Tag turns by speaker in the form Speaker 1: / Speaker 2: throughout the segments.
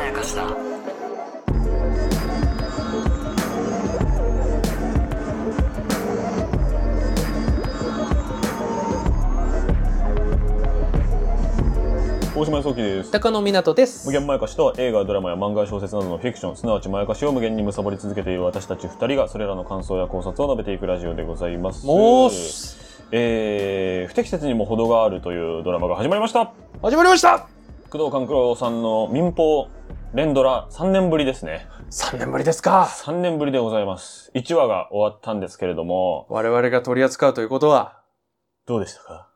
Speaker 1: やかしだ
Speaker 2: 大島康之です。
Speaker 3: 高野湊です
Speaker 2: 無。限まやかしとは映画、ドラマや漫画や小説などのフィクション、すなわちまやかしを無限に貪り続けている私たち二人が、それらの感想や考察を述べていくラジオでございます。
Speaker 3: もうし
Speaker 2: えー、不適切にも程があるというドラマが始まりました
Speaker 3: 始まりました
Speaker 2: 工藤官九郎さんの民放連ドラ3年ぶりですね。
Speaker 3: !3 年ぶりですか
Speaker 2: 3年ぶりでございます。1話が終わったんですけれども、
Speaker 3: 我々が取り扱うということは、
Speaker 2: どうでしたか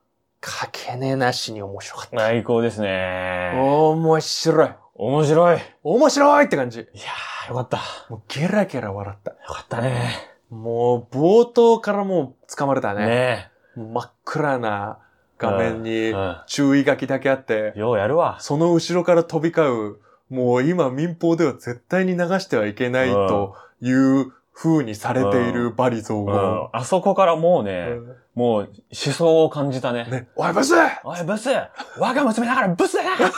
Speaker 3: かけねなしに面白かっ
Speaker 2: 最高です
Speaker 3: た。
Speaker 2: ね。
Speaker 3: 面白い
Speaker 2: 面白い。いや
Speaker 3: 面白いって感じ
Speaker 2: ー、よかった。よ
Speaker 3: もうゲラゲラ笑った。
Speaker 2: かったね。
Speaker 3: もう冒頭からもう掴まれたね。
Speaker 2: ね
Speaker 3: 真っ暗な画面
Speaker 2: え。
Speaker 3: に
Speaker 2: う
Speaker 3: 注意書きだけあって
Speaker 2: ん。、ようやるわ。
Speaker 3: その後ろから飛び交う、もう今民放では絶対に流してはいけないという風にされているバリ雑
Speaker 2: うん
Speaker 3: 言。
Speaker 2: あそこからもうね、
Speaker 3: うん
Speaker 2: もう思想を感じたね。
Speaker 3: ね、おいブス
Speaker 2: おい、ブス我が娘ながらブス だな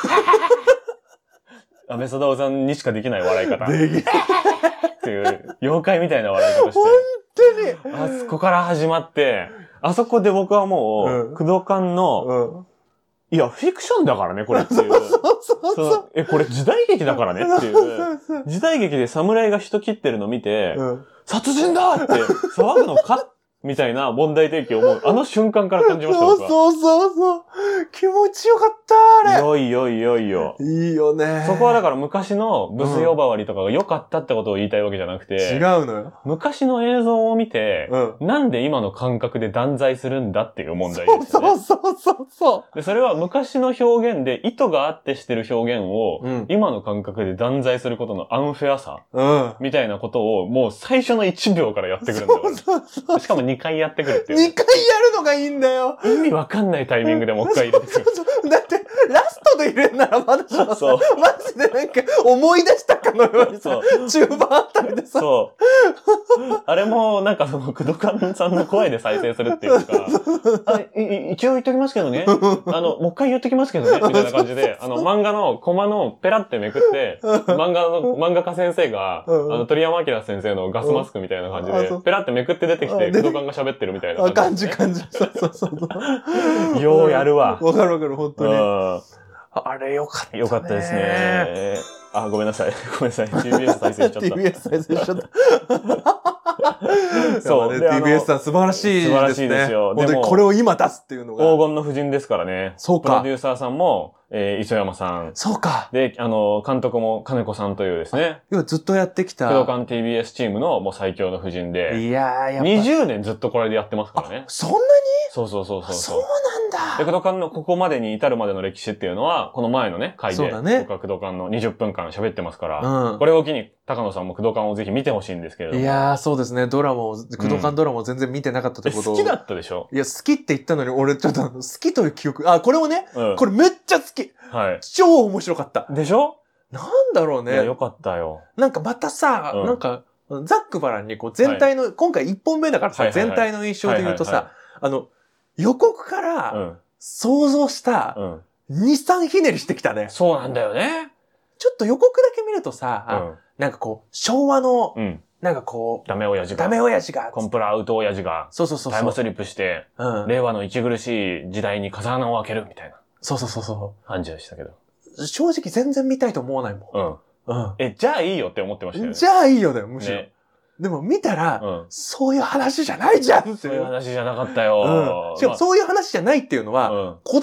Speaker 2: 安倍貞夫さんにしかできない笑い方っ
Speaker 3: でき
Speaker 2: ていう、妖怪みたいな笑い方し
Speaker 3: 本
Speaker 2: て、
Speaker 3: 当
Speaker 2: あ
Speaker 3: に
Speaker 2: そこから始まって、あそこで僕はもう、
Speaker 3: うん
Speaker 2: 工藤館の、
Speaker 3: うん。
Speaker 2: いや、フィクションだからね、これっていう。
Speaker 3: そうそう
Speaker 2: そ
Speaker 3: そう
Speaker 2: うえ、これ時代劇だからねってい。
Speaker 3: そううそう。
Speaker 2: 時代劇で侍が人切ってるの見て、
Speaker 3: うん
Speaker 2: 殺人だって騒ぐのかみたいな問題提起をもう、あの瞬間から感じました、
Speaker 3: そう
Speaker 2: 僕は。
Speaker 3: そうそうそう。気持ちよかった、あれ。
Speaker 2: よいよいよいよ。
Speaker 3: いいよね。
Speaker 2: そこはだから昔のブス呼ばわりとかが良かったってことを言いたいわけじゃなくて、
Speaker 3: 違うのよ。
Speaker 2: 昔の映像を見て、
Speaker 3: うん。
Speaker 2: なんで今の感覚で断罪するんだっていう問題ですよ
Speaker 3: そ
Speaker 2: ね
Speaker 3: う。そうそうそうそ
Speaker 2: でそれは昔の表現で意図があってしてる表現を、
Speaker 3: うん
Speaker 2: 今の感覚で断罪することのアンフェアさ
Speaker 3: う。うん。
Speaker 2: みたいなことをもう最初の1秒からやってくるんだ
Speaker 3: そう
Speaker 2: よ。
Speaker 3: そうそう。
Speaker 2: しかも2回やってくるって
Speaker 3: 2
Speaker 2: いうね、
Speaker 3: 回やるのがいいんだよ。
Speaker 2: 意味わかんないタイミングでもう1回入れてくる。
Speaker 3: そうそうだって、ラストで入れんならまだしも
Speaker 2: そう
Speaker 3: マジでなんか思い出したかのよう にさ、中盤あたりでさ、
Speaker 2: そう。あれも、なんかその、クドカンさんの声で再生するっていうか、あいい一応言っときますけどね、あの、もう一回言っときますけ どね、みたいな感じで、あの、漫画のコマのペラってめくって、漫画の、漫画家先生が、あ
Speaker 3: うん
Speaker 2: の、鳥山明先生のガスマスクみたいな感じ
Speaker 3: うんあ
Speaker 2: で
Speaker 3: そう、
Speaker 2: ペラってめくって出てき
Speaker 3: あ出
Speaker 2: て、
Speaker 3: て
Speaker 2: クド
Speaker 3: き
Speaker 2: カンが喋ってるみたいな
Speaker 3: あ感
Speaker 2: 感
Speaker 3: じ
Speaker 2: じ、ね。
Speaker 3: 感じ。そうそうそう。
Speaker 2: ようやるわ
Speaker 3: わかるわかる、本当に。
Speaker 2: う
Speaker 3: あれよかった
Speaker 2: ん。よかったです。ね。あ、ごめんなさい。 ごめんなさい。TBS 再生しちゃった。
Speaker 3: TBS 再生しちゃ った。
Speaker 2: そう
Speaker 3: やっ
Speaker 2: で
Speaker 3: ぱ
Speaker 2: あの
Speaker 3: ね TBS さん素晴らしいですね。
Speaker 2: 素晴らしいですよ
Speaker 3: 本当
Speaker 2: で
Speaker 3: に
Speaker 2: も
Speaker 3: これを今出すっていうの
Speaker 2: 黄
Speaker 3: が。
Speaker 2: 金の夫人ですからね。
Speaker 3: そう
Speaker 2: プロ
Speaker 3: か
Speaker 2: デ。ューサーさんも、えー磯山さん。
Speaker 3: そうか。
Speaker 2: で、あの、監督も金子さんというですね、
Speaker 3: 要はずっとやってきた。
Speaker 2: 工藤館 TBS チームのもう最強の夫人で、
Speaker 3: いやー、やっぱ。
Speaker 2: 20年ずっとこれでやってますからね。
Speaker 3: そんなに
Speaker 2: そうそうそうそう。
Speaker 3: そうな
Speaker 2: で、
Speaker 3: ん
Speaker 2: 工
Speaker 3: だ。
Speaker 2: 藤館のここまでに至るまでの歴史っていうのは、この前のね、回
Speaker 3: そう
Speaker 2: で、
Speaker 3: だね
Speaker 2: 僕は工藤館の20分間喋ってますから、
Speaker 3: うん
Speaker 2: これを機に高野さんも工藤館をぜひ見てほしいんですけれど
Speaker 3: い
Speaker 2: も。
Speaker 3: やー、そうですね。ドラマを、駆動館ドラマを全然見てなかったって
Speaker 2: え
Speaker 3: こと
Speaker 2: 好きだったでしょ
Speaker 3: いや、好きって言ったのに、俺ちょっとあの好きという記憶。あ、これもね、
Speaker 2: うん。
Speaker 3: これめっちゃ好き。
Speaker 2: は
Speaker 3: 超面白かった。
Speaker 2: い。でしょ、
Speaker 3: なんだろう
Speaker 2: いや、
Speaker 3: ね
Speaker 2: よ。かったよ。
Speaker 3: なんかまたさ、
Speaker 2: うん
Speaker 3: なんか、ザックバランにこう全体の、今回1本目だからさ、
Speaker 2: はいはいはい
Speaker 3: 全体の印象で言うとさ、
Speaker 2: はいは
Speaker 3: あの、予告か
Speaker 2: う
Speaker 3: ら
Speaker 2: ん。
Speaker 3: 想像した
Speaker 2: うん。
Speaker 3: 2、3ひねりしてきたね。
Speaker 2: そうなんだよね。
Speaker 3: ちょっと予告だけ見るとさ、あなんかこう、昭和の
Speaker 2: う、ん。うん。
Speaker 3: なんかこ
Speaker 2: ダメ親父
Speaker 3: う、
Speaker 2: が。
Speaker 3: ダメ親父が、
Speaker 2: コンプラアウト親父が、
Speaker 3: そうそうそう
Speaker 2: タイ
Speaker 3: そ
Speaker 2: ム
Speaker 3: う。
Speaker 2: スリップして、
Speaker 3: うん、
Speaker 2: 令和の息苦しい時代に風穴を開けるみたいな
Speaker 3: そうそうそうそ
Speaker 2: 感じでしたけど。
Speaker 3: う。正直全然見たいと思わないも
Speaker 2: うん。
Speaker 3: ん。
Speaker 2: え、じゃあいいよって思ってまし
Speaker 3: う
Speaker 2: たよ
Speaker 3: ん。
Speaker 2: ね。
Speaker 3: じゃあいいよだよ、むしろ。
Speaker 2: ね。
Speaker 3: でも見たら、
Speaker 2: うん。
Speaker 3: そういう話じゃないじゃんっ
Speaker 2: そ
Speaker 3: て
Speaker 2: う
Speaker 3: い。
Speaker 2: いうう話じゃなかった
Speaker 3: う
Speaker 2: よ
Speaker 3: ん。。しかもそういう話じゃないっていうのは、
Speaker 2: ま
Speaker 3: 古代広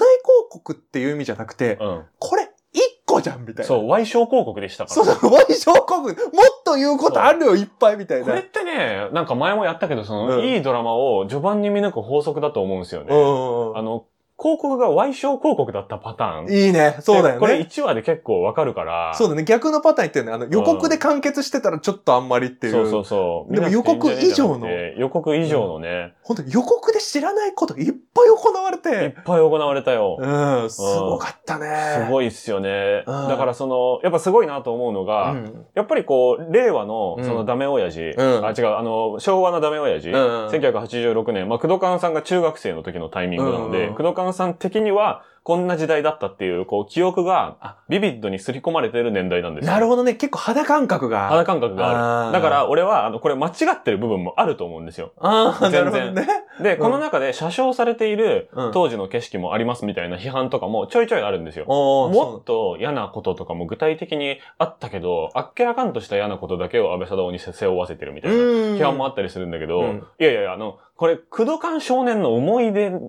Speaker 3: 告っていう意味じゃなくて、
Speaker 2: あうん。うん。
Speaker 3: これ一個じゃんみたいな。
Speaker 2: そう、賠償広告でしたか
Speaker 3: そう
Speaker 2: ら。
Speaker 3: そう、ワイ小国、もっと言うことあるよ、いっぱいみたい
Speaker 2: こ
Speaker 3: な。
Speaker 2: れってね、なんか前もやったけど、その、
Speaker 3: うん
Speaker 2: いいドラマを序盤に見抜く法則だと思うんですよ
Speaker 3: うんう
Speaker 2: ね。
Speaker 3: ん
Speaker 2: あ
Speaker 3: う
Speaker 2: の、広告が賠償広告だったパターン。
Speaker 3: ん。いいね。そうだよ
Speaker 2: これ
Speaker 3: ね。
Speaker 2: 1話で結構わかるから。
Speaker 3: そうだね。逆のパターン言ってるね。あの、予告で完結してたらちょっとあんまりっていう。
Speaker 2: そうそうそう。
Speaker 3: でも
Speaker 2: 見なくていいんじゃねえじゃなくて
Speaker 3: 予告
Speaker 2: 予告以上のね、
Speaker 3: 本当に予告で知らないこといっぱい行われ。
Speaker 2: いってぱい行われたよ。
Speaker 3: うん、すごかったね。
Speaker 2: すごいっすよね。
Speaker 3: うん
Speaker 2: だからその、やっぱすごいなと思うのが、
Speaker 3: うん
Speaker 2: やっぱりこう、令和の
Speaker 3: うん
Speaker 2: そのダメ親父、
Speaker 3: ん
Speaker 2: あ、違う、あの、昭和のダメ親父、
Speaker 3: うんうん
Speaker 2: 1986年、まあ、工藤官さんが中学生の時のタイミングなの
Speaker 3: うんう
Speaker 2: で、
Speaker 3: んうん
Speaker 2: 工藤官さん的には、こんな時代だったっていう、こう、記憶が、あビビッドに刷り込まれてる年代なんですよ。
Speaker 3: なる
Speaker 2: ほ
Speaker 3: ほどね。結構肌感覚が。
Speaker 2: 肌感覚がある。
Speaker 3: が
Speaker 2: だか、ら、俺は、あの、これ間違ってる部分もあると思うんですよ。
Speaker 3: あーあー、な
Speaker 2: 全
Speaker 3: る
Speaker 2: 然
Speaker 3: ほどね。
Speaker 2: で、
Speaker 3: ん
Speaker 2: この中で車掌されている
Speaker 3: うん
Speaker 2: 当時の景色もありますみたいな批判とかもちょいちょいあるんですよ。
Speaker 3: おー
Speaker 2: もっと嫌なこととかも具体的にあったけど、あっけらかんとした嫌なことだけを安倍貞夫に背負わせてるみた
Speaker 3: そ
Speaker 2: いうな
Speaker 3: うん。
Speaker 2: 批判もあったりするんだけど、
Speaker 3: うん
Speaker 2: いやいやいや、あの、これ、クドカン少年の思い出フ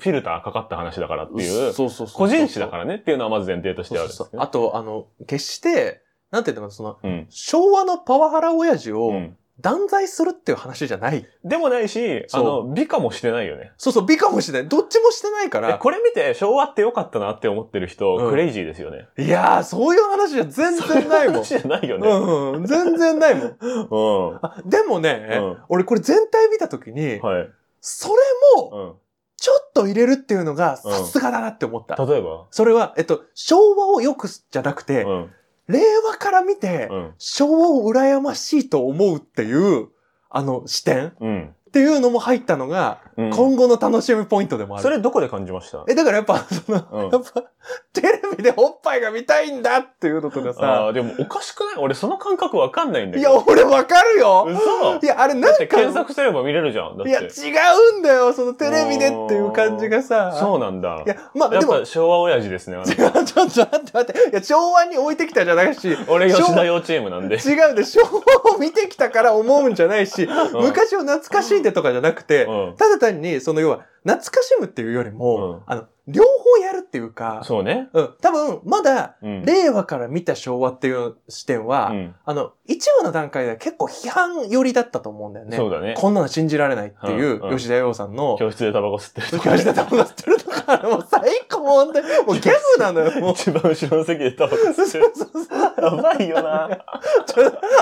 Speaker 2: ィルターかかった話だからっていう、
Speaker 3: そうそうそう。。
Speaker 2: 個人誌だかららねっていうのはまず前提としてある
Speaker 3: そ
Speaker 2: ん
Speaker 3: う
Speaker 2: です
Speaker 3: そ
Speaker 2: ね
Speaker 3: うそう。あと、あの、決して、なんていうのかな、その、
Speaker 2: うん
Speaker 3: 昭和のパワハラ親父
Speaker 2: う
Speaker 3: を
Speaker 2: ん
Speaker 3: 断罪するっていう話じゃない。
Speaker 2: でもないし、あ
Speaker 3: そ
Speaker 2: の、美化もしてないよね。
Speaker 3: そうそう、美かもしれない。どっちもしてないか
Speaker 2: で
Speaker 3: ら。
Speaker 2: これ見て昭和って良かったなって思ってる人、
Speaker 3: うん
Speaker 2: クレイジーですよね。
Speaker 3: いやー、そういう話じゃ全然ないもん。
Speaker 2: そうう話じゃないよね。
Speaker 3: うんうん、全然ないもん。
Speaker 2: うん。
Speaker 3: あでもね、
Speaker 2: うん
Speaker 3: 俺これ全体見たときに、
Speaker 2: はい。
Speaker 3: それ
Speaker 2: う
Speaker 3: もちょっと入れるっていうのが
Speaker 2: うん
Speaker 3: さすがだなって思った。
Speaker 2: ん。例えば
Speaker 3: それは、えっと、昭和を良くすじゃなくて、
Speaker 2: うん。
Speaker 3: 令和から見て、
Speaker 2: うん。
Speaker 3: 昭和を羨ましいと思うっていう、あの、視点っ
Speaker 2: うん。
Speaker 3: ていうのも入ったのが、
Speaker 2: うん
Speaker 3: 今後の楽しみポイントでもある。
Speaker 2: それどこで感じました
Speaker 3: え、だからやっぱ、その、
Speaker 2: うん
Speaker 3: やっぱ、テレビでおっぱいが見たいんだっていうのとか
Speaker 2: あ
Speaker 3: さ、
Speaker 2: あ、でもおかしくない俺その感覚わかんないんだ
Speaker 3: い
Speaker 2: け
Speaker 3: や、
Speaker 2: ど。
Speaker 3: 俺わかるよ
Speaker 2: 嘘
Speaker 3: いや、あれな
Speaker 2: だ
Speaker 3: ん
Speaker 2: って
Speaker 3: か、
Speaker 2: 検索すれば見れるじゃん。だっ
Speaker 3: いや、
Speaker 2: て。
Speaker 3: 違うんだよ、そのテレビでっていう感じがさ。
Speaker 2: そうなんだ
Speaker 3: い。や、まあ
Speaker 2: や
Speaker 3: で
Speaker 2: っ
Speaker 3: も、違
Speaker 2: ぱ 昭和親父ですね。あの
Speaker 3: う、ちょっと待って待って。いや、昭和に置いてきたじゃない し、違
Speaker 2: 俺吉田洋チームなんで。
Speaker 3: うんで、昭和を見てきたから思うんじゃないし、
Speaker 2: うん
Speaker 3: 昔を懐かしんでとかじゃなくて、
Speaker 2: うん。
Speaker 3: ただ単に、その要は、懐かしむっていうより
Speaker 2: う
Speaker 3: も、
Speaker 2: ん
Speaker 3: あの、両方やるっていうか、
Speaker 2: そうね。
Speaker 3: うん、多分、まだ、
Speaker 2: うん。
Speaker 3: 令和から見た昭和っていう視点は、
Speaker 2: うん
Speaker 3: あの、一話の段階では結構批判寄りだったと思うんだよね。
Speaker 2: そうだね。
Speaker 3: こんなの信じられないっていう
Speaker 2: うんうん
Speaker 3: 吉田洋さんの、
Speaker 2: 教室でタバコ吸ってるとこ
Speaker 3: 教師でタバコ吸ってるとか、もう最高もう本当に、もうギャグなのよ、もう。
Speaker 2: 一番後ろの席でタバコ吸ってる。
Speaker 3: そうそう
Speaker 2: やばいよ な。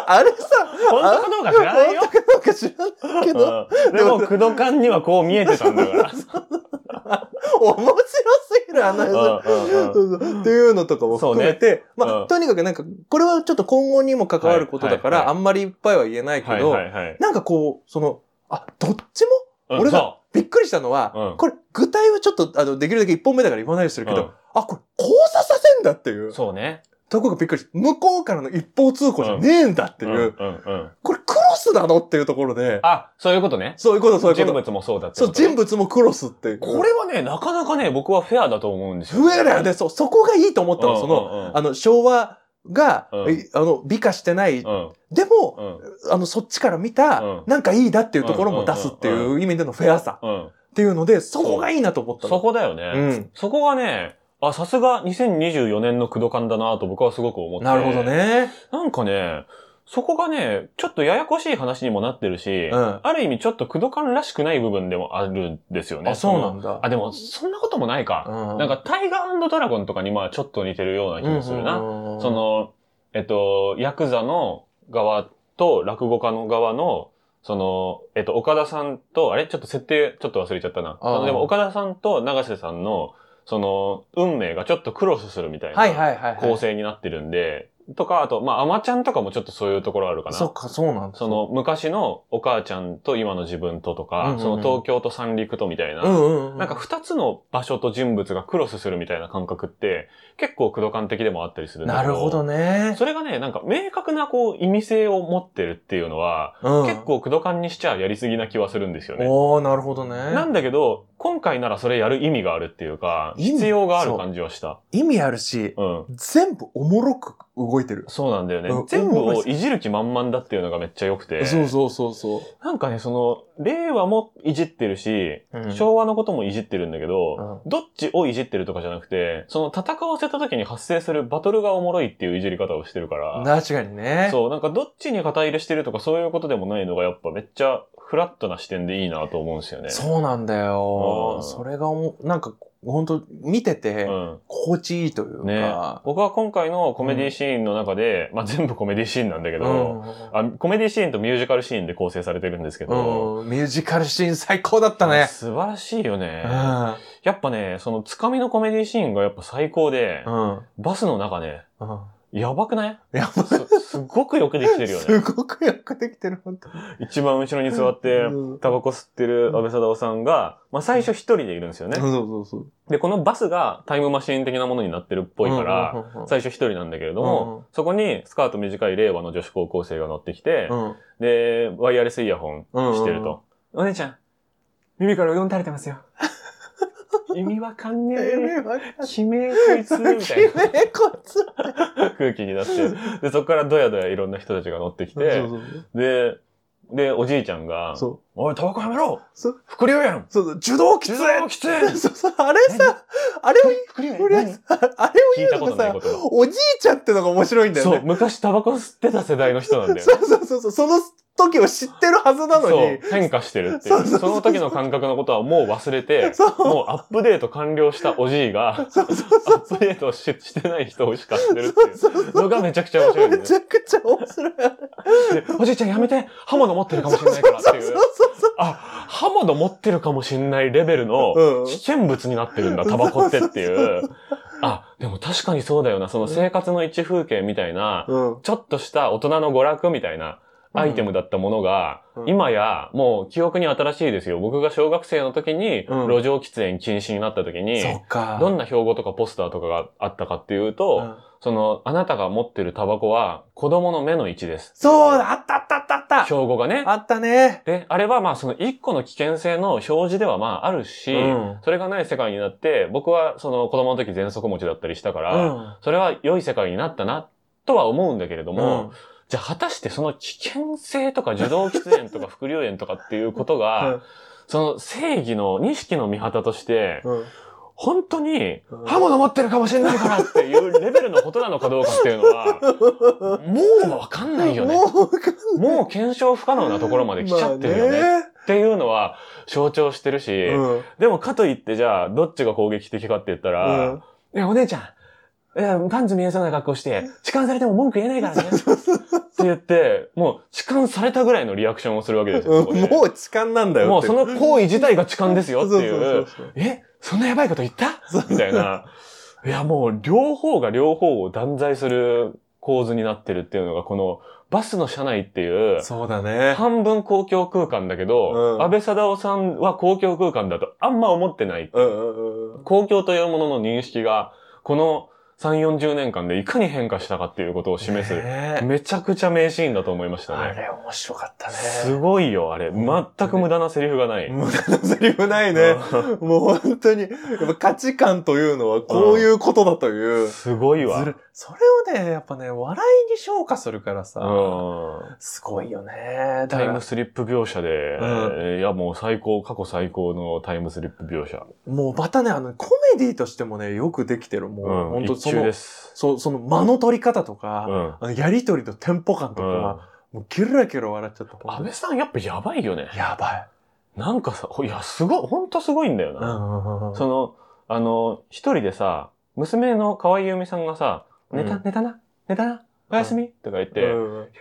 Speaker 3: あれさ、
Speaker 2: 本当かどうか知らないよ
Speaker 3: 本。当かどうか知らないけど、
Speaker 2: うんでも、工藤館にはこう見えてたんだ から。
Speaker 3: 面白すぎるあの話
Speaker 2: うんうんうん
Speaker 3: そうそうっていうのとかも含めて、
Speaker 2: そうね
Speaker 3: まあ、
Speaker 2: うん
Speaker 3: とにかくなんか、これはちょっと今後にも関わることだから、
Speaker 2: はいはい
Speaker 3: あんまりいっぱいは言えないけど、
Speaker 2: はいはいはい。
Speaker 3: なんかこう、その、あ、どっち
Speaker 2: う
Speaker 3: も
Speaker 2: ん
Speaker 3: 俺が
Speaker 2: そ
Speaker 3: びっくりしたのは、
Speaker 2: うん
Speaker 3: これ、具体はちょっと、あの、できるだけ一本目だから言わないようにするけど、
Speaker 2: うん
Speaker 3: あ、これ、交差させんだっていうう。
Speaker 2: そうね。
Speaker 3: とこがびっくりした。向こうからの一方通行じゃねえんだっていう。
Speaker 2: うんうんうん
Speaker 3: これ、クロスなのっていうところで、
Speaker 2: あ、そういうことね。
Speaker 3: そういうこと、そういう
Speaker 2: 人
Speaker 3: こと。
Speaker 2: 物もそうだって
Speaker 3: そ
Speaker 2: こ
Speaker 3: う、
Speaker 2: と。
Speaker 3: 人物もクロスっていう。
Speaker 2: これはね、なかなかね、僕はフェアだと思うんですよ。
Speaker 3: 増えるよね。そう、そこがいいと思った
Speaker 2: うん
Speaker 3: の。その、
Speaker 2: うんうん
Speaker 3: あの、昭和が、
Speaker 2: うん
Speaker 3: えあの、美化してない。
Speaker 2: うん
Speaker 3: でも、
Speaker 2: うん
Speaker 3: あの、そっちから見た、
Speaker 2: うん
Speaker 3: なんかいいだっていうところも出すって
Speaker 2: うんうん
Speaker 3: いう意味でのフェアさ
Speaker 2: うん。
Speaker 3: っていうので、そこがいいなと思った
Speaker 2: そ
Speaker 3: の。
Speaker 2: こだよ
Speaker 3: う
Speaker 2: ね。
Speaker 3: ん。
Speaker 2: そこがね、あ、さすが2024年の工藤館だなと僕はすごく思って。
Speaker 3: なるほど。ね。
Speaker 2: なんかね、そこがね、ちょっとややこしい話にもなってるし、
Speaker 3: うん
Speaker 2: ある意味ちょっと工藤館らしくない部分でもあるんですよね。
Speaker 3: あ、そう
Speaker 2: の
Speaker 3: なんだ。
Speaker 2: あ、でも、そんなこともないか。
Speaker 3: う
Speaker 2: なんか、、タイガードラゴンとかにまあちょっと似てるような気もするな。
Speaker 3: な
Speaker 2: そ、の、えっと、ヤクザの側と落語家の側の、その、えっと、岡田さんと、あれちょっと設定、ちょっと忘れちゃったな。
Speaker 3: あー
Speaker 2: そのでも、岡田さんと永瀬さんの、その、運命がちょっとクロスするみたい
Speaker 3: はい
Speaker 2: な
Speaker 3: はいはい、はい。
Speaker 2: 構成になってるんで、とか、あと、まあ、アマちゃんとかもちょっとそういうところあるかな。
Speaker 3: そっか、そうなんだ。
Speaker 2: そ、の、昔のお母ちゃんと今の自分とと
Speaker 3: うんう
Speaker 2: か、
Speaker 3: んうん
Speaker 2: その東京と三陸とみたいな、
Speaker 3: うんうん、うん。
Speaker 2: なんか、二つの場所と人物がクロスするみたいな感覚って、結構駆動感的でもあったりするんだ
Speaker 3: な
Speaker 2: け
Speaker 3: るほどね。
Speaker 2: それがね、なんか明確なこう意味性を持ってるっていうのは、
Speaker 3: うん
Speaker 2: 結、構駆動感にしちゃやりすぎな気はするんですよね。
Speaker 3: おー、なるほどね。
Speaker 2: なんだけど、今回ならそれやる意味があるっていうか、
Speaker 3: 意味
Speaker 2: 必要がある感じはした。
Speaker 3: 意味あるし、
Speaker 2: うん。
Speaker 3: 全部おもろく動いてる。
Speaker 2: そうなんだよね
Speaker 3: うん。
Speaker 2: 全部
Speaker 3: 思いま
Speaker 2: を
Speaker 3: す
Speaker 2: いじる気満々だっていうのがめっちゃ良くて。
Speaker 3: そうそうそうそ
Speaker 2: なんかね、その、令和もいじってるし、
Speaker 3: う。
Speaker 2: 昭和のこともいじってるんだけど、どっちをいじってるとかじゃなくて、その戦わせた時に発生するバトルがおもろいっていういじり方をしてるから。
Speaker 3: 確かにね。
Speaker 2: そう、なんかどっちに肩入れしてるとかそういうことでもないのがやっぱめっちゃフラットな視点でいいなと思うんですよね。
Speaker 3: そうなんだよ。
Speaker 2: うん
Speaker 3: それがおも、なんか、本当見てて、
Speaker 2: うん。
Speaker 3: 心地いいというか。
Speaker 2: ね僕は今回のコメディシーンの中で、まあ全部コメディシーンなんだけ
Speaker 3: う
Speaker 2: ど、
Speaker 3: ん
Speaker 2: あ、コメディシーンとミュージカルシーンで構成されてるんですけど、
Speaker 3: うんミュージカルシーン最高だったね。
Speaker 2: 素晴らしいよね
Speaker 3: う。ん。
Speaker 2: やっぱね、そのつかみのコメディシーンがやっぱ最高で、
Speaker 3: うん。
Speaker 2: バスの中ね、
Speaker 3: うん
Speaker 2: やばくない
Speaker 3: やばい。
Speaker 2: すすごくよくできてるよ
Speaker 3: す
Speaker 2: ね。
Speaker 3: ごくよくできてる、本当に。
Speaker 2: 一番後ろに座って、
Speaker 3: うん
Speaker 2: タバコ吸ってる安倍貞夫さんが、まあ最初一人でいるんですよね
Speaker 3: そ。うそうそう。
Speaker 2: で、このバスがタイムマシン的なものになってるっぽいから、
Speaker 3: うん、
Speaker 2: 最初一人なんだけれど
Speaker 3: うんう
Speaker 2: も
Speaker 3: ん、
Speaker 2: そこにスカート短い令和の女子高校生が乗ってきて、で、ワイヤレスイヤホン
Speaker 3: うん
Speaker 2: してる。と。お姉ちゃん、耳からうどん垂れてますよ。意味わかんね
Speaker 3: え
Speaker 2: え。
Speaker 3: え、わかる。
Speaker 2: 悲鳴こいつみたいな
Speaker 3: え、こいつ。
Speaker 2: 空気にな って、で、そこからドヤドヤいろんな人たちが乗ってきて、
Speaker 3: そう
Speaker 2: で、で、おじいちゃんが、
Speaker 3: そう。
Speaker 2: おい、タバコやめろ
Speaker 3: そう
Speaker 2: 副流やん
Speaker 3: そうそう、受動喫
Speaker 2: 中道
Speaker 3: 煙
Speaker 2: 喫煙
Speaker 3: そうそう、あれさ、あれを、
Speaker 2: 副流
Speaker 3: これ
Speaker 2: 何
Speaker 3: あれを
Speaker 2: 聞いた
Speaker 3: 言う
Speaker 2: こ
Speaker 3: の
Speaker 2: とない
Speaker 3: がさ
Speaker 2: こ、とが。
Speaker 3: おじいちゃんってのが面白いんだよ
Speaker 2: そう、
Speaker 3: ね。
Speaker 2: 昔タバコ吸ってた世代の人なんだよ。
Speaker 3: そうそうそうそう、その時を知ってるはずなの
Speaker 2: そ
Speaker 3: に
Speaker 2: う、、変化してるってい
Speaker 3: そう
Speaker 2: う。
Speaker 3: そうそう
Speaker 2: その時の感覚のことはもう忘れて、
Speaker 3: そう、
Speaker 2: もうアップデート完了したおじいが、
Speaker 3: そうそう
Speaker 2: ア
Speaker 3: そ、
Speaker 2: ップデートししてない人を叱ってるっていうのがめちゃくちゃ面白いう
Speaker 3: め
Speaker 2: です
Speaker 3: ち
Speaker 2: ね。
Speaker 3: ゃくちゃ面白い。
Speaker 2: でおじいちゃんやめて刃物持ってるかもしれないからっていう。
Speaker 3: そうそう。
Speaker 2: あ、刃物持ってるかもしれないレベルの
Speaker 3: うん
Speaker 2: 危険物になってるんだ、タバコってっていう。あ、でも確かにそうだよな、その生活の一風景みたいな、
Speaker 3: うん。
Speaker 2: ちょっとした大人の娯楽みたいなアイテムだったものが、
Speaker 3: うん
Speaker 2: 今やもう記憶に新しいですよ。僕が小学生の時に
Speaker 3: うん
Speaker 2: 路上喫煙禁止になった時に、
Speaker 3: そっか。
Speaker 2: どんな標語とかポスターとかがあったかっていうと、
Speaker 3: うん
Speaker 2: その、あなたが持ってるタバコは子供の目の位置です。
Speaker 3: そうだ、あったあったあったあった
Speaker 2: 標語がね。
Speaker 3: あったね。
Speaker 2: で、あれはまあその一個の危険性の表示ではまああるし、
Speaker 3: うん
Speaker 2: それがない世界になって、僕はその子供の時喘息持ちだったりしたか
Speaker 3: う
Speaker 2: ら、
Speaker 3: ん。
Speaker 2: それは良い世界になったな、とは思うんだけれども、
Speaker 3: うん
Speaker 2: じゃあ果たしてその危険性とか受動喫煙とか副流煙とかっていうことが、
Speaker 3: うん
Speaker 2: その正義の認識の見方として、
Speaker 3: うん
Speaker 2: 本当に
Speaker 3: うん
Speaker 2: 刃物持ってるかもしれないからっていうレベルのことなのかどうかっていうのは、もうわかんないよね。
Speaker 3: もう分かん
Speaker 2: もう検証不可能なところまで来ちゃってるよね。
Speaker 3: まあ
Speaker 2: っていうのは象徴してるし、
Speaker 3: うん
Speaker 2: でもかといってじゃあ、どっちが攻撃的かって言った
Speaker 3: う
Speaker 2: ら
Speaker 3: ん、
Speaker 2: いや、お姉ちゃん、いや、パンツ見えそうな格好して、痴漢されても文句言えないからね。って言って、もう痴漢されたぐらいのリアクションをするわけですよ。そこで
Speaker 3: もう痴漢なんだよ。
Speaker 2: もうその行為自体が痴漢ですよってい
Speaker 3: そう
Speaker 2: う
Speaker 3: そうそうそう。
Speaker 2: えそんなやばいこと言ったみたいな。いや、もう両方が両方を断罪する構図になってるっていうのが、このバスの車内っていう、
Speaker 3: そうだね。
Speaker 2: 半分公共空間だけど、
Speaker 3: うん
Speaker 2: 安倍貞夫さんは公共空間だとあんま思ってない。
Speaker 3: うんうんうん。
Speaker 2: 公共というものの認識が、この3、40年間でいかに変化したかっていうことを示す、
Speaker 3: ねえ
Speaker 2: めちゃくちゃ名シーンだと思いました
Speaker 3: あ
Speaker 2: ね。
Speaker 3: れ面白かったね。
Speaker 2: すごいよ、あれ。全く無駄なセリフがない。
Speaker 3: 無駄なセリフないね。もう本当に、やっぱ価値観というのはこういうことだという。
Speaker 2: すごいわ。
Speaker 3: ず
Speaker 2: うん
Speaker 3: るそれをね、やっぱね、笑いに昇華するからさ、すごいよね。だか
Speaker 2: タイ
Speaker 3: ら
Speaker 2: ムスリップ描写で、
Speaker 3: う
Speaker 2: いやもう最高、過去最高のタイムスリップ描写。
Speaker 3: もうまたね、あの、コメディとしてもね、よくできてる。もう、
Speaker 2: うん、
Speaker 3: 本当
Speaker 2: 一
Speaker 3: そ
Speaker 2: 級で
Speaker 3: の、
Speaker 2: す。
Speaker 3: そう、その間の取り方とか、
Speaker 2: うん。
Speaker 3: あのやりとりとテンポ感とか、
Speaker 2: うん
Speaker 3: もうキラキラ笑っちゃった。
Speaker 2: 安倍さんやっぱやばいよね。
Speaker 3: やばい。
Speaker 2: なんかさ、ほいや、すごい、ほんとすごいんだよ
Speaker 3: う
Speaker 2: な。
Speaker 3: んうんうん
Speaker 2: その、あの、一人でさ、娘の河合由美さんがさ、寝た、
Speaker 3: うん
Speaker 2: 寝たな、寝たな、おやすみ、とか言って、よ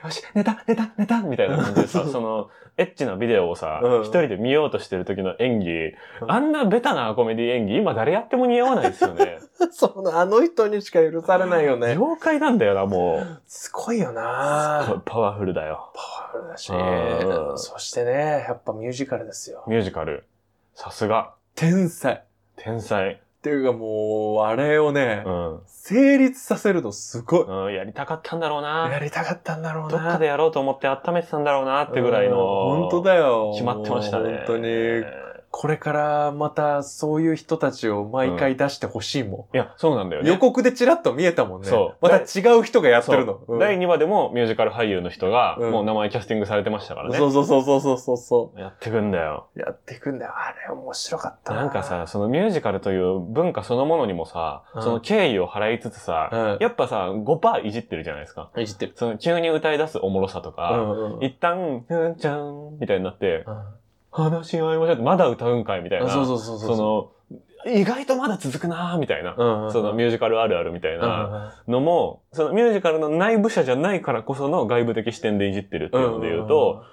Speaker 3: うん
Speaker 2: し、寝た、寝た、寝た、みたいな感じでさ、その、エッチなビデオをさ、
Speaker 3: うん
Speaker 2: 一人で見ようとしてる時の演技、
Speaker 3: うん
Speaker 2: あんなベタなコメディ演技、今誰やっても似合わないですよね。
Speaker 3: その、あの人にしか許され ないよね。
Speaker 2: 妖怪なんだよな、もう。
Speaker 3: すごいよ
Speaker 2: すごい
Speaker 3: な
Speaker 2: パワフルだよ。
Speaker 3: パワフルだし
Speaker 2: う、ん
Speaker 3: そしてね、やっぱミュージカルですよ。
Speaker 2: ミュージカル。さすが。
Speaker 3: 天才。っ
Speaker 2: 天才。
Speaker 3: ていうかもう、あれをね、
Speaker 2: うん。
Speaker 3: 成立させるのすごい。
Speaker 2: うん、やりたかったんだろうな。
Speaker 3: やりたかったんだろうな。
Speaker 2: どっかでやろうと思って温めてたんだろうなってぐらいの。
Speaker 3: うん本当だよ。
Speaker 2: 決まってましたね。
Speaker 3: 本当に。これからまたそういう人たちを毎回出してほしいも
Speaker 2: いや、そうなんだよ
Speaker 3: ん。
Speaker 2: ね。
Speaker 3: 予告でチラッと見えたもんね。
Speaker 2: そう
Speaker 3: また違う人がやってるの。
Speaker 2: そう
Speaker 3: うん
Speaker 2: 第2話でもミュージカル俳優の人が、
Speaker 3: うん
Speaker 2: もう名前キャスティングされてましたからね。
Speaker 3: そうそうそうそうそうそうそ
Speaker 2: やってくんだよ。
Speaker 3: う。やっていくんだよ。あれ面白かった
Speaker 2: なんか、さ、そのミュージカルという文化そのものにもさ、
Speaker 3: うん
Speaker 2: その敬意を払いつつさ、
Speaker 3: うん
Speaker 2: やっぱさ、5%いじってるじゃないですか。
Speaker 3: いじってる。
Speaker 2: その急に歌い出すおもろさと
Speaker 3: う
Speaker 2: か、
Speaker 3: んうんうん。
Speaker 2: 一旦、ふんちゃん、みたいになって、
Speaker 3: あ
Speaker 2: 話し合いましょうってまだ歌うんかいみたいな。
Speaker 3: そうそうそうそう。
Speaker 2: その、意外とまだ続くなーみたいな。
Speaker 3: うんうん、
Speaker 2: そのミュージカルあるあるみたいな
Speaker 3: う
Speaker 2: のも、そのミュージカルの内部者じゃないからこその外部的視点でいじってるってい
Speaker 3: ん
Speaker 2: うので言うと、、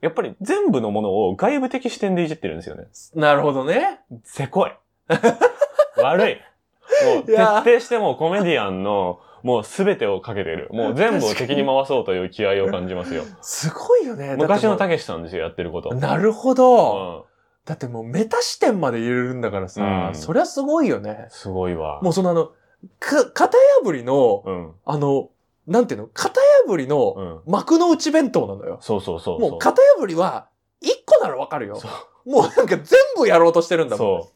Speaker 2: やっぱり全部のものを外部的視点でいじってるんですよね。
Speaker 3: なるほどね。
Speaker 2: せこい。悪い。もう、徹
Speaker 3: いやー
Speaker 2: 底してもうコメディアンのもうすべてをかけてる。もう全部を敵に回そうという気合を感じます よ。
Speaker 3: すごいよね。だってもう
Speaker 2: 昔のたけしさんですよ、やってること。
Speaker 3: なるほ
Speaker 2: う
Speaker 3: ど。
Speaker 2: ん。
Speaker 3: だってもうメタ視点まで入れるんだからさ、
Speaker 2: うん
Speaker 3: そりゃすごいよね。
Speaker 2: すごいわ。
Speaker 3: もうそのあの、か、型破りの、
Speaker 2: うん。
Speaker 3: あの、なんていうの、型破りの
Speaker 2: うん。
Speaker 3: 幕の内弁当なのよ。
Speaker 2: そうそうそうそう。
Speaker 3: もう型破りは、一個ならわかるよ
Speaker 2: そ。
Speaker 3: もうなんか全部やろうとしてるんだもん。
Speaker 2: そ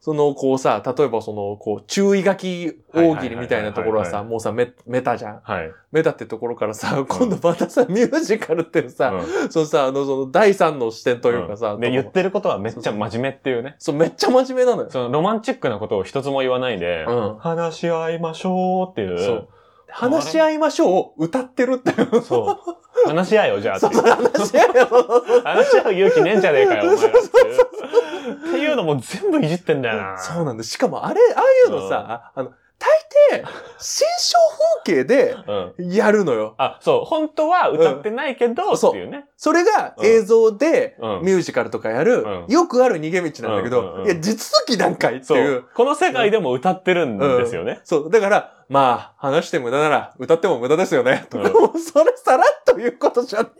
Speaker 3: その、こうさ、例えばその、こう、注意書き大喜利みたいなところは
Speaker 2: は
Speaker 3: さ、
Speaker 2: いはいはいはいはい
Speaker 3: もうさ、メメタじゃん。
Speaker 2: う。はい。
Speaker 3: メタってところからさ、今度またさ、ミュージカルっていうさ、そのさ、あの、その、第三の視点というかさ、
Speaker 2: んで、
Speaker 3: とこ
Speaker 2: 言ってることはめっちゃ真面目っていうね。
Speaker 3: そう、めっちゃ真面目なのよ。
Speaker 2: そのロマンチックなことを一つも言わないで、
Speaker 3: うん
Speaker 2: 話し合いましょうっていう。
Speaker 3: そう。話し合いましょうを歌ってるっていう。
Speaker 2: そう。話し合えよ、じゃあって
Speaker 3: そ
Speaker 2: いうう
Speaker 3: そう、話し合いましょ う。
Speaker 2: 話し合う勇気ねえんじゃねえかよ、お前らっていう。っていうのも全部いじってんだよな。
Speaker 3: そうなんだ。しかも、あれ、ああいうのさ、あの、大抵、新章風景で
Speaker 2: うん。
Speaker 3: やるのよ。
Speaker 2: あ、そう。本当は歌ってないけど、
Speaker 3: うん
Speaker 2: っていうね。
Speaker 3: それが
Speaker 2: うん
Speaker 3: 映像で
Speaker 2: うん
Speaker 3: ミュージカルとかやる、
Speaker 2: うん
Speaker 3: よくある逃げ道なんだけど、
Speaker 2: うんうんうん
Speaker 3: いや、実続きなんかいって
Speaker 2: そ
Speaker 3: いう
Speaker 2: う。。この世界でも歌ってるんですよね。
Speaker 3: そう。だから、まあ、話して無駄なら、歌っても無駄ですよね。とか、もうそれさらっということじゃん。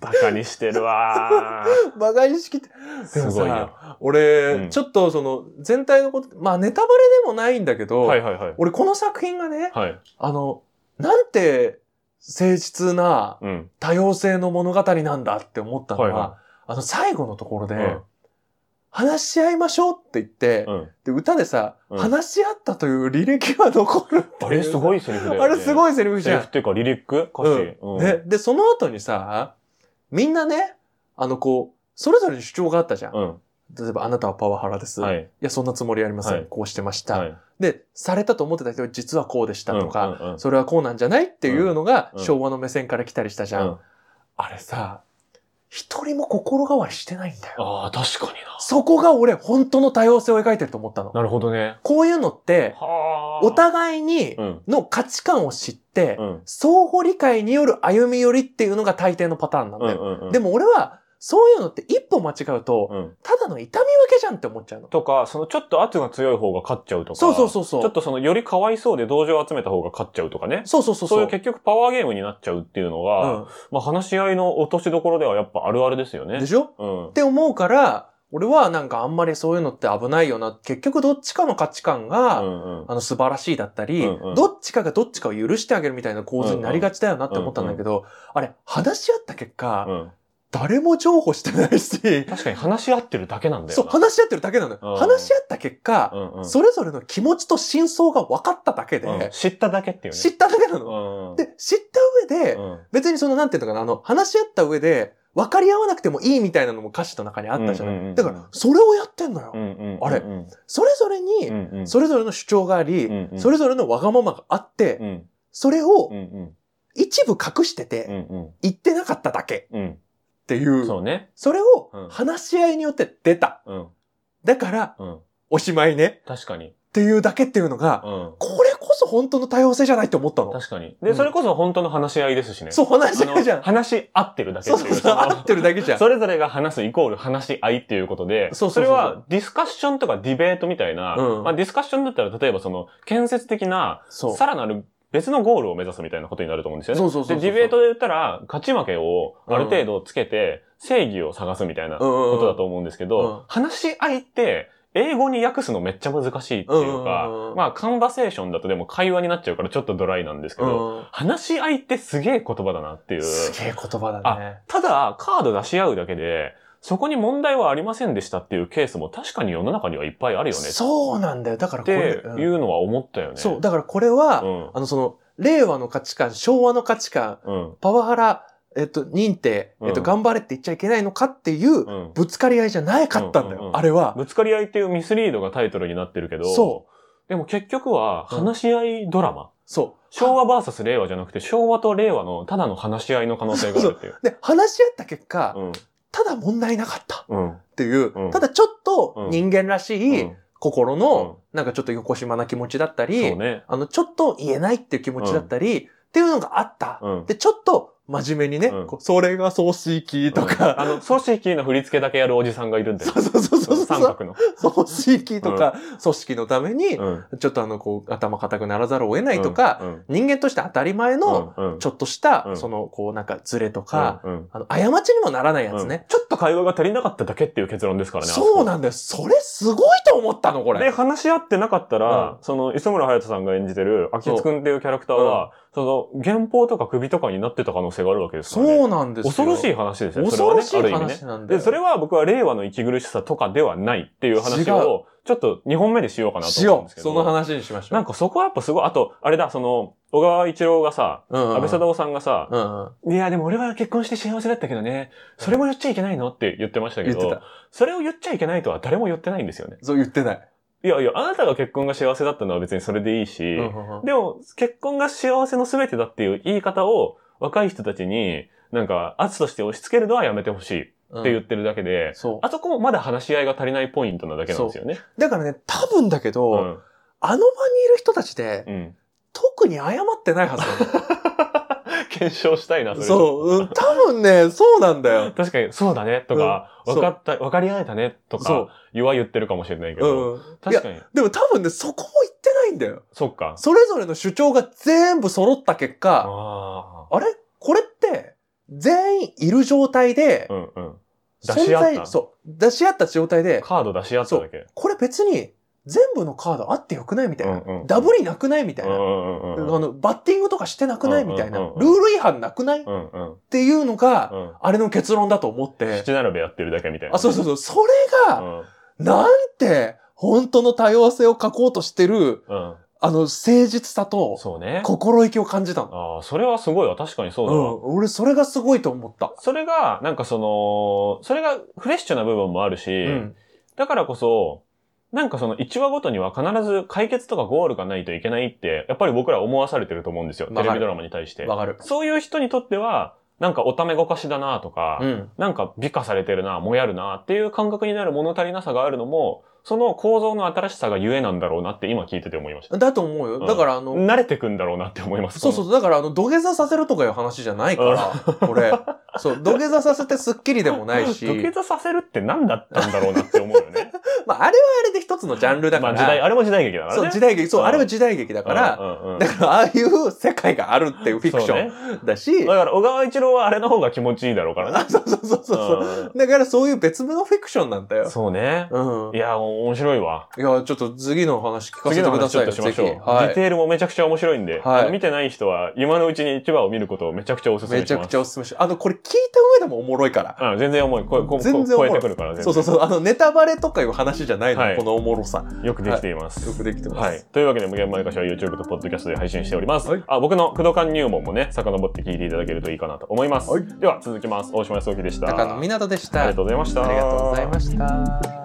Speaker 2: バカにしてるわ
Speaker 3: 馬鹿にしきって。
Speaker 2: ー。
Speaker 3: ですも
Speaker 2: ごいよ。
Speaker 3: さ、俺、
Speaker 2: うん
Speaker 3: ちょっとその、全体のこと、まあ、ネタバレでもないんだけど、
Speaker 2: はいはいはい。
Speaker 3: 俺この作品がね、
Speaker 2: はい。
Speaker 3: あの、なんて誠実な
Speaker 2: うん。
Speaker 3: 多様性の物語なんだって思ったのは、
Speaker 2: はいは
Speaker 3: あの最後のところで、
Speaker 2: うん
Speaker 3: 話し合いましょうって言って、
Speaker 2: うん。
Speaker 3: で歌でさ、
Speaker 2: うん
Speaker 3: 話し合ったという履歴は残るっていう。
Speaker 2: あれすごいセリフだよね。
Speaker 3: あれす
Speaker 2: い
Speaker 3: ごいセリフじ
Speaker 2: セリ
Speaker 3: ゃ
Speaker 2: フ
Speaker 3: ん
Speaker 2: っ。ていうか、リリック歌詞。うん。
Speaker 3: ね、で、その後にさ、みんなね、あのこう、それぞれに主張があったじゃん。
Speaker 2: うん。
Speaker 3: 例えば、あなたはパワハラです。、
Speaker 2: はいい。
Speaker 3: や、そんなつもりありません。
Speaker 2: はい
Speaker 3: こうしてました、
Speaker 2: はい。
Speaker 3: で、されたと思ってた人は実はこうでしたとか、
Speaker 2: うんうんうん
Speaker 3: それはこうなんじゃないっていうのが
Speaker 2: うんうん
Speaker 3: 昭和の目線から来たりしたじゃん。
Speaker 2: うん
Speaker 3: あれさ、一人も心変わりしてないんだよ。
Speaker 2: ああ、確かにな。
Speaker 3: そこが俺本当の多様性を描いてると思ったの。
Speaker 2: なるほどね。
Speaker 3: こういうのって、
Speaker 2: はあ。
Speaker 3: お互いに
Speaker 2: うん。
Speaker 3: の価値観を知って、
Speaker 2: うん。
Speaker 3: 相互理解による歩み寄りっていうのが大抵のパターンなん
Speaker 2: う
Speaker 3: だ
Speaker 2: ん
Speaker 3: よ。
Speaker 2: うんうん。
Speaker 3: でも俺は、そういうのって一歩間違うと、
Speaker 2: うん。
Speaker 3: ただの痛み分けじゃんって思っちゃうの。
Speaker 2: とか、そのちょっと圧が強い方が勝っちゃうとか。
Speaker 3: そうそうそうそう。
Speaker 2: ちょっとそのよりかわいそうで同情を集めた方が勝っちゃうとかね。
Speaker 3: そうそうそう
Speaker 2: そう
Speaker 3: そう。
Speaker 2: いう結局パワーゲームになっちゃうっていうのが、まあ話し合いの落としどころではやっぱあるあるですよ
Speaker 3: うん。
Speaker 2: ね
Speaker 3: で。しょ
Speaker 2: うん
Speaker 3: っ。て思うから、俺はなんかあんまりそういうのって危ないよな。結局どっちかの価値観
Speaker 2: う
Speaker 3: が、
Speaker 2: んうん
Speaker 3: あの素晴らしいだったり、
Speaker 2: うんうん
Speaker 3: どっちかがどっちかを許してあげるみたいな構図になりがちだよなって思ったんだけど、あれ、話し合った結果、
Speaker 2: うん。
Speaker 3: 誰も譲歩してないし、
Speaker 2: 確かに話し合ってるだけなんだよ
Speaker 3: そう、
Speaker 2: な。
Speaker 3: 話し合ってるだけなのよ。
Speaker 2: うんうん
Speaker 3: 話し合った結果、
Speaker 2: うんうん
Speaker 3: それぞれの気持ちと真相が分かっただけで、
Speaker 2: うん知っただけっていうね。
Speaker 3: 知っただけな
Speaker 2: う
Speaker 3: の。
Speaker 2: んうん。
Speaker 3: で、知った上で、
Speaker 2: うん
Speaker 3: 別にその、なんていうのかな、あの、話し合った上で、分かり合わなくてもいいみたいなのも歌詞の中にあったじゃない。
Speaker 2: うんうんうんうん
Speaker 3: だから、それをやってんのよ。
Speaker 2: うんうんうん。
Speaker 3: あれ
Speaker 2: うん
Speaker 3: それぞれに、
Speaker 2: うんうん。
Speaker 3: それぞれの主張があり、
Speaker 2: うんうん
Speaker 3: それぞれのわがままがあって、
Speaker 2: うん
Speaker 3: それを
Speaker 2: うんうん
Speaker 3: 一部隠して
Speaker 2: う
Speaker 3: て、
Speaker 2: んうん
Speaker 3: 言ってなかっただけっ
Speaker 2: うん。
Speaker 3: ていう、
Speaker 2: そうね。
Speaker 3: それを
Speaker 2: うん
Speaker 3: 話し合いによって出た。
Speaker 2: うん
Speaker 3: だから、
Speaker 2: うん。
Speaker 3: おしまいね
Speaker 2: 確かに。
Speaker 3: っていうだけっていうのが、
Speaker 2: うん。
Speaker 3: これこそ本当の多様性じゃないって思ったの。
Speaker 2: 確かに。
Speaker 3: う
Speaker 2: で、
Speaker 3: ん
Speaker 2: それこそ本当の話し合いですしね。
Speaker 3: そう、話し合いじゃ
Speaker 2: あの
Speaker 3: ん。
Speaker 2: 話し合ってるだけ
Speaker 3: そ
Speaker 2: っ
Speaker 3: う
Speaker 2: てい
Speaker 3: そう
Speaker 2: う。
Speaker 3: そう、合ってるだけじゃ ん。
Speaker 2: それぞれが話すイコール話し合いっていうことで、
Speaker 3: そうそうそうそう
Speaker 2: れはディスカッションとかディベートみたいな、
Speaker 3: うん
Speaker 2: まあディスカッションだったら例えばその建設的な、
Speaker 3: そう。
Speaker 2: さらなる別のゴールを目指すみたいなことになると思うんですよね。
Speaker 3: そうそうそうそう
Speaker 2: で、ディベートで言ったら、勝ち負けをある程度つけて、正義を探すみたいな
Speaker 3: うん
Speaker 2: こ
Speaker 3: うんうん
Speaker 2: とだと思うんですけど、
Speaker 3: うん
Speaker 2: 話し合いって、英語に訳すのめっちゃ難しいっていうか、
Speaker 3: うんうんうん
Speaker 2: まあ、カンバセーションだとでも会話になっちゃうからちょっとドライなんですけ
Speaker 3: う
Speaker 2: ど、
Speaker 3: ん
Speaker 2: 話し合いってすげえ言葉だなっていう。
Speaker 3: すげえ言葉だね。
Speaker 2: ただ、カード出し合うだけで、そこに問題はありませんでしたっていうケースも確かに世の中にはいっぱいあるよね。
Speaker 3: そうなんだよ。だから
Speaker 2: っ
Speaker 3: これ
Speaker 2: て、
Speaker 3: うん
Speaker 2: いうのは思ったよね。
Speaker 3: そう。だからこれは、
Speaker 2: うん。
Speaker 3: あの、その、令和の価値観、昭和の価値観、
Speaker 2: うん。
Speaker 3: パワハラ、えっと、認定、えっ
Speaker 2: う
Speaker 3: と、
Speaker 2: ん
Speaker 3: 頑張れって言っちゃいけないのかっていう
Speaker 2: う、ん。
Speaker 3: ぶつかり合いじゃないかったんだ
Speaker 2: うんうん
Speaker 3: よ
Speaker 2: う。ん
Speaker 3: あれは。
Speaker 2: ぶつかり合いっていうミスリードがタイトルになってるけど、。
Speaker 3: そう
Speaker 2: でも結局は、
Speaker 3: うん
Speaker 2: 話し合いドラマ。
Speaker 3: そう。
Speaker 2: 昭和 VS 令和じゃなくて、昭和と令和のただの話し合いの可能性があるっていう。
Speaker 3: で、話し合った結果、
Speaker 2: うん。
Speaker 3: ただ問題なかったっ
Speaker 2: うん。
Speaker 3: ていう
Speaker 2: う、ん
Speaker 3: ただちょっと
Speaker 2: うん
Speaker 3: 人間らし
Speaker 2: う
Speaker 3: い
Speaker 2: ん
Speaker 3: 心の、なんかちょっと横島な気持ちだった
Speaker 2: そう
Speaker 3: り、
Speaker 2: ね。
Speaker 3: あの、ちょっと言えないっていう気持ちだったり、っていうのがあった。
Speaker 2: うん。
Speaker 3: で、ちょっと真面目にね
Speaker 2: うん、
Speaker 3: こうそれが葬式と
Speaker 2: うんあ
Speaker 3: か、
Speaker 2: の、ソーシーキーの振り付けだけやるおじさんがいるんだよ。
Speaker 3: そうそうそうそうそう
Speaker 2: 三角の。
Speaker 3: 組織とか、組織のために、
Speaker 2: うん。
Speaker 3: ちょっとあの、こう、頭固くならざるを得ないとか、
Speaker 2: うん、
Speaker 3: 人間として当たり前の、
Speaker 2: うん、うん
Speaker 3: ちょっとした、
Speaker 2: うん
Speaker 3: その、こう、なんか、ズレとか、
Speaker 2: うんうん
Speaker 3: あの、過ちにもならないやつね。
Speaker 2: ちょっと会話が足りなかっただけっていう結論ですからね。
Speaker 3: そう
Speaker 2: あ
Speaker 3: なんだよ。それすごいと思ったの、こ
Speaker 2: そこで、
Speaker 3: れ。
Speaker 2: 話し合ってなかったら
Speaker 3: う、
Speaker 2: その、磯村隼人さんが演じてる、秋津くんっていうキャラクターは、その、原稿とか首とかになってた可能性があるわけですからね。
Speaker 3: そうなんですよ。
Speaker 2: 恐ろしい
Speaker 3: い
Speaker 2: 話ですよ、それはね
Speaker 3: 恐ろし。
Speaker 2: あ
Speaker 3: い
Speaker 2: る意味ね
Speaker 3: 話。なんだよ。
Speaker 2: で、それは僕は令和の息苦しさとかではないっていう話を、ちょっと2本目でしようかなと
Speaker 3: し
Speaker 2: 思うん
Speaker 3: よ
Speaker 2: です
Speaker 3: う。
Speaker 2: けど。
Speaker 3: その話にしましょう。
Speaker 2: なんかそこはやっぱすごい、あと、あれだ、その、小川一郎がさ、
Speaker 3: うんうん、
Speaker 2: 安倍貞夫さんがさ、
Speaker 3: うんうん。
Speaker 2: いや、でも俺は結婚して幸せだったけどね、それも言っちゃいけないのって言ってましたけ
Speaker 3: 言って
Speaker 2: ど
Speaker 3: た、。
Speaker 2: それを言っちゃいけないとは誰も言ってないんですよね。
Speaker 3: そう言ってない。
Speaker 2: いやいや、あなたが結婚が幸せだったのは別にそれでいいし、
Speaker 3: うんうんうん
Speaker 2: でも、結婚が幸せの全てだっていう言い方を若い人たちに、なんか圧として押し付けるのはやめてほしいって言
Speaker 3: う
Speaker 2: っ
Speaker 3: ん
Speaker 2: てるだけで、
Speaker 3: そ
Speaker 2: あそこもまだ話し合いが足りないポイントなだけなんですよね。
Speaker 3: う。だからね、多分だけど、
Speaker 2: うん
Speaker 3: あの場にいる人たちって、
Speaker 2: うん。
Speaker 3: 特に謝ってないはずなんだ よ
Speaker 2: 検証したいな、それ。
Speaker 3: そう、うん、多分ね、そうなんだよ。
Speaker 2: 確かに、そうだね、とか、
Speaker 3: うん
Speaker 2: 分かった、分かり合えたね、と
Speaker 3: そう
Speaker 2: か、言は言ってるかもしれないけど、
Speaker 3: うん。
Speaker 2: 確かに、
Speaker 3: でも多分ね、そこも言ってないんだよ。
Speaker 2: そっか。
Speaker 3: それぞれの主張が全部揃った結果、
Speaker 2: あ
Speaker 3: あれこれって、全員いる状態で
Speaker 2: あ。う、んうん。出
Speaker 3: 存
Speaker 2: し合った
Speaker 3: 在、そう、出し合った状態で、
Speaker 2: カード出し合っただけ。
Speaker 3: これ別に全部のカードあってよくないみたいな。
Speaker 2: うんうん
Speaker 3: ダブりなくないみたい
Speaker 2: うん
Speaker 3: な。
Speaker 2: うんうん
Speaker 3: あ
Speaker 2: うん。
Speaker 3: の、バッティングとかしてなくないみたいな。
Speaker 2: うんうん
Speaker 3: ル
Speaker 2: うんう
Speaker 3: ー
Speaker 2: ん
Speaker 3: ル違反なくないっ
Speaker 2: うんうん
Speaker 3: ていうの
Speaker 2: う
Speaker 3: が、
Speaker 2: ん。
Speaker 3: あれの結論だと思って
Speaker 2: 七。並べやってるだけみたいな。
Speaker 3: あ、そうそ
Speaker 2: う。
Speaker 3: うそう。それが、
Speaker 2: ん
Speaker 3: なんて、本当の多様性を書こうとしてる、
Speaker 2: うん。
Speaker 3: あの、誠実さと、
Speaker 2: そうね。
Speaker 3: 心意気を感じたの。
Speaker 2: ああ、それはすごいわ。確かにそう
Speaker 3: う
Speaker 2: だわ。
Speaker 3: ん。俺、それがすごいと思った。
Speaker 2: それが、なんかその、それがフレッシュな部分もある
Speaker 3: う
Speaker 2: し、
Speaker 3: ん。
Speaker 2: だからこそ、なんかその1話ごとには必ず解決とかゴールがないといけないって、やっぱり僕ら思わされてると思うんですよ。
Speaker 3: わか
Speaker 2: テ
Speaker 3: る
Speaker 2: レビドラマに対して。
Speaker 3: わかる。
Speaker 2: そういう人にとっては、なんかおためごかしだなとか、
Speaker 3: うん。
Speaker 2: なんか美化されてるな、もやるなっていう感覚になる物足りなさがあるのも、その構造の新しさがゆえなんだろうなって今聞いてて思いました。
Speaker 3: だと思うよ。
Speaker 2: うん
Speaker 3: だから、あの、
Speaker 2: 慣れてくんだろうなって思います。
Speaker 3: そうそう、だから、あの、土下座させるとかいう話じゃないから、これ。そう、土下座させてスッキリでもない し
Speaker 2: 土、下座させるって何だったんだろうなって思うよね。
Speaker 3: まあ、あれはあれで一つのジャン ルだか
Speaker 2: まあ時代、
Speaker 3: ら、
Speaker 2: あれも時代劇だからね。
Speaker 3: そう、時代劇、そうう、
Speaker 2: ん
Speaker 3: あれは時代劇だから、
Speaker 2: うんうんうん
Speaker 3: だから、ああいう世界があるっていうフィクシ
Speaker 2: そう
Speaker 3: ョ
Speaker 2: ね
Speaker 3: ンだ し、
Speaker 2: だから小川一郎はあれの方が気持ちいいだろうからね。
Speaker 3: あそうそうそうそうそう。
Speaker 2: う
Speaker 3: だからそういう別のフィクションなんだ
Speaker 2: ん
Speaker 3: よ。
Speaker 2: そうね。
Speaker 3: うん
Speaker 2: い。や、面白いわ。
Speaker 3: いや、ちょっと次の話聞かせ
Speaker 2: 次
Speaker 3: て
Speaker 2: の
Speaker 3: くだ
Speaker 2: 話ち
Speaker 3: さ
Speaker 2: ょっ
Speaker 3: いよ。
Speaker 2: としましょう。
Speaker 3: ぜ
Speaker 2: デ
Speaker 3: ひは
Speaker 2: ィテールもめちゃくちゃ面白いんで、
Speaker 3: はい
Speaker 2: あの見てない人は今のうちに一話を見ることをめちゃくちゃおす
Speaker 3: い。
Speaker 2: すめします。
Speaker 3: めちゃくちゃおすすめしあの、これ聞いた上でもおもろいから。
Speaker 2: うん、全然重い。こここ
Speaker 3: 全然重い
Speaker 2: 超えてくるから、全然
Speaker 3: そうそうそう。あの、ネタバレとかいう話じゃないの、
Speaker 2: はい
Speaker 3: このおもろさ。よ
Speaker 2: よくできています。
Speaker 3: くできてます。
Speaker 2: はい。というわけで、無限前歌詞は YouTube と Podcast で配信しております。
Speaker 3: はい
Speaker 2: あ僕の駆動館入門もね、遡って聞いていただけるといいかなと思います。
Speaker 3: はい
Speaker 2: では、続きます。大島康之でした。
Speaker 3: 高野湊でし
Speaker 2: あ
Speaker 3: た。
Speaker 2: りがとうございました。
Speaker 3: ありがとうございました。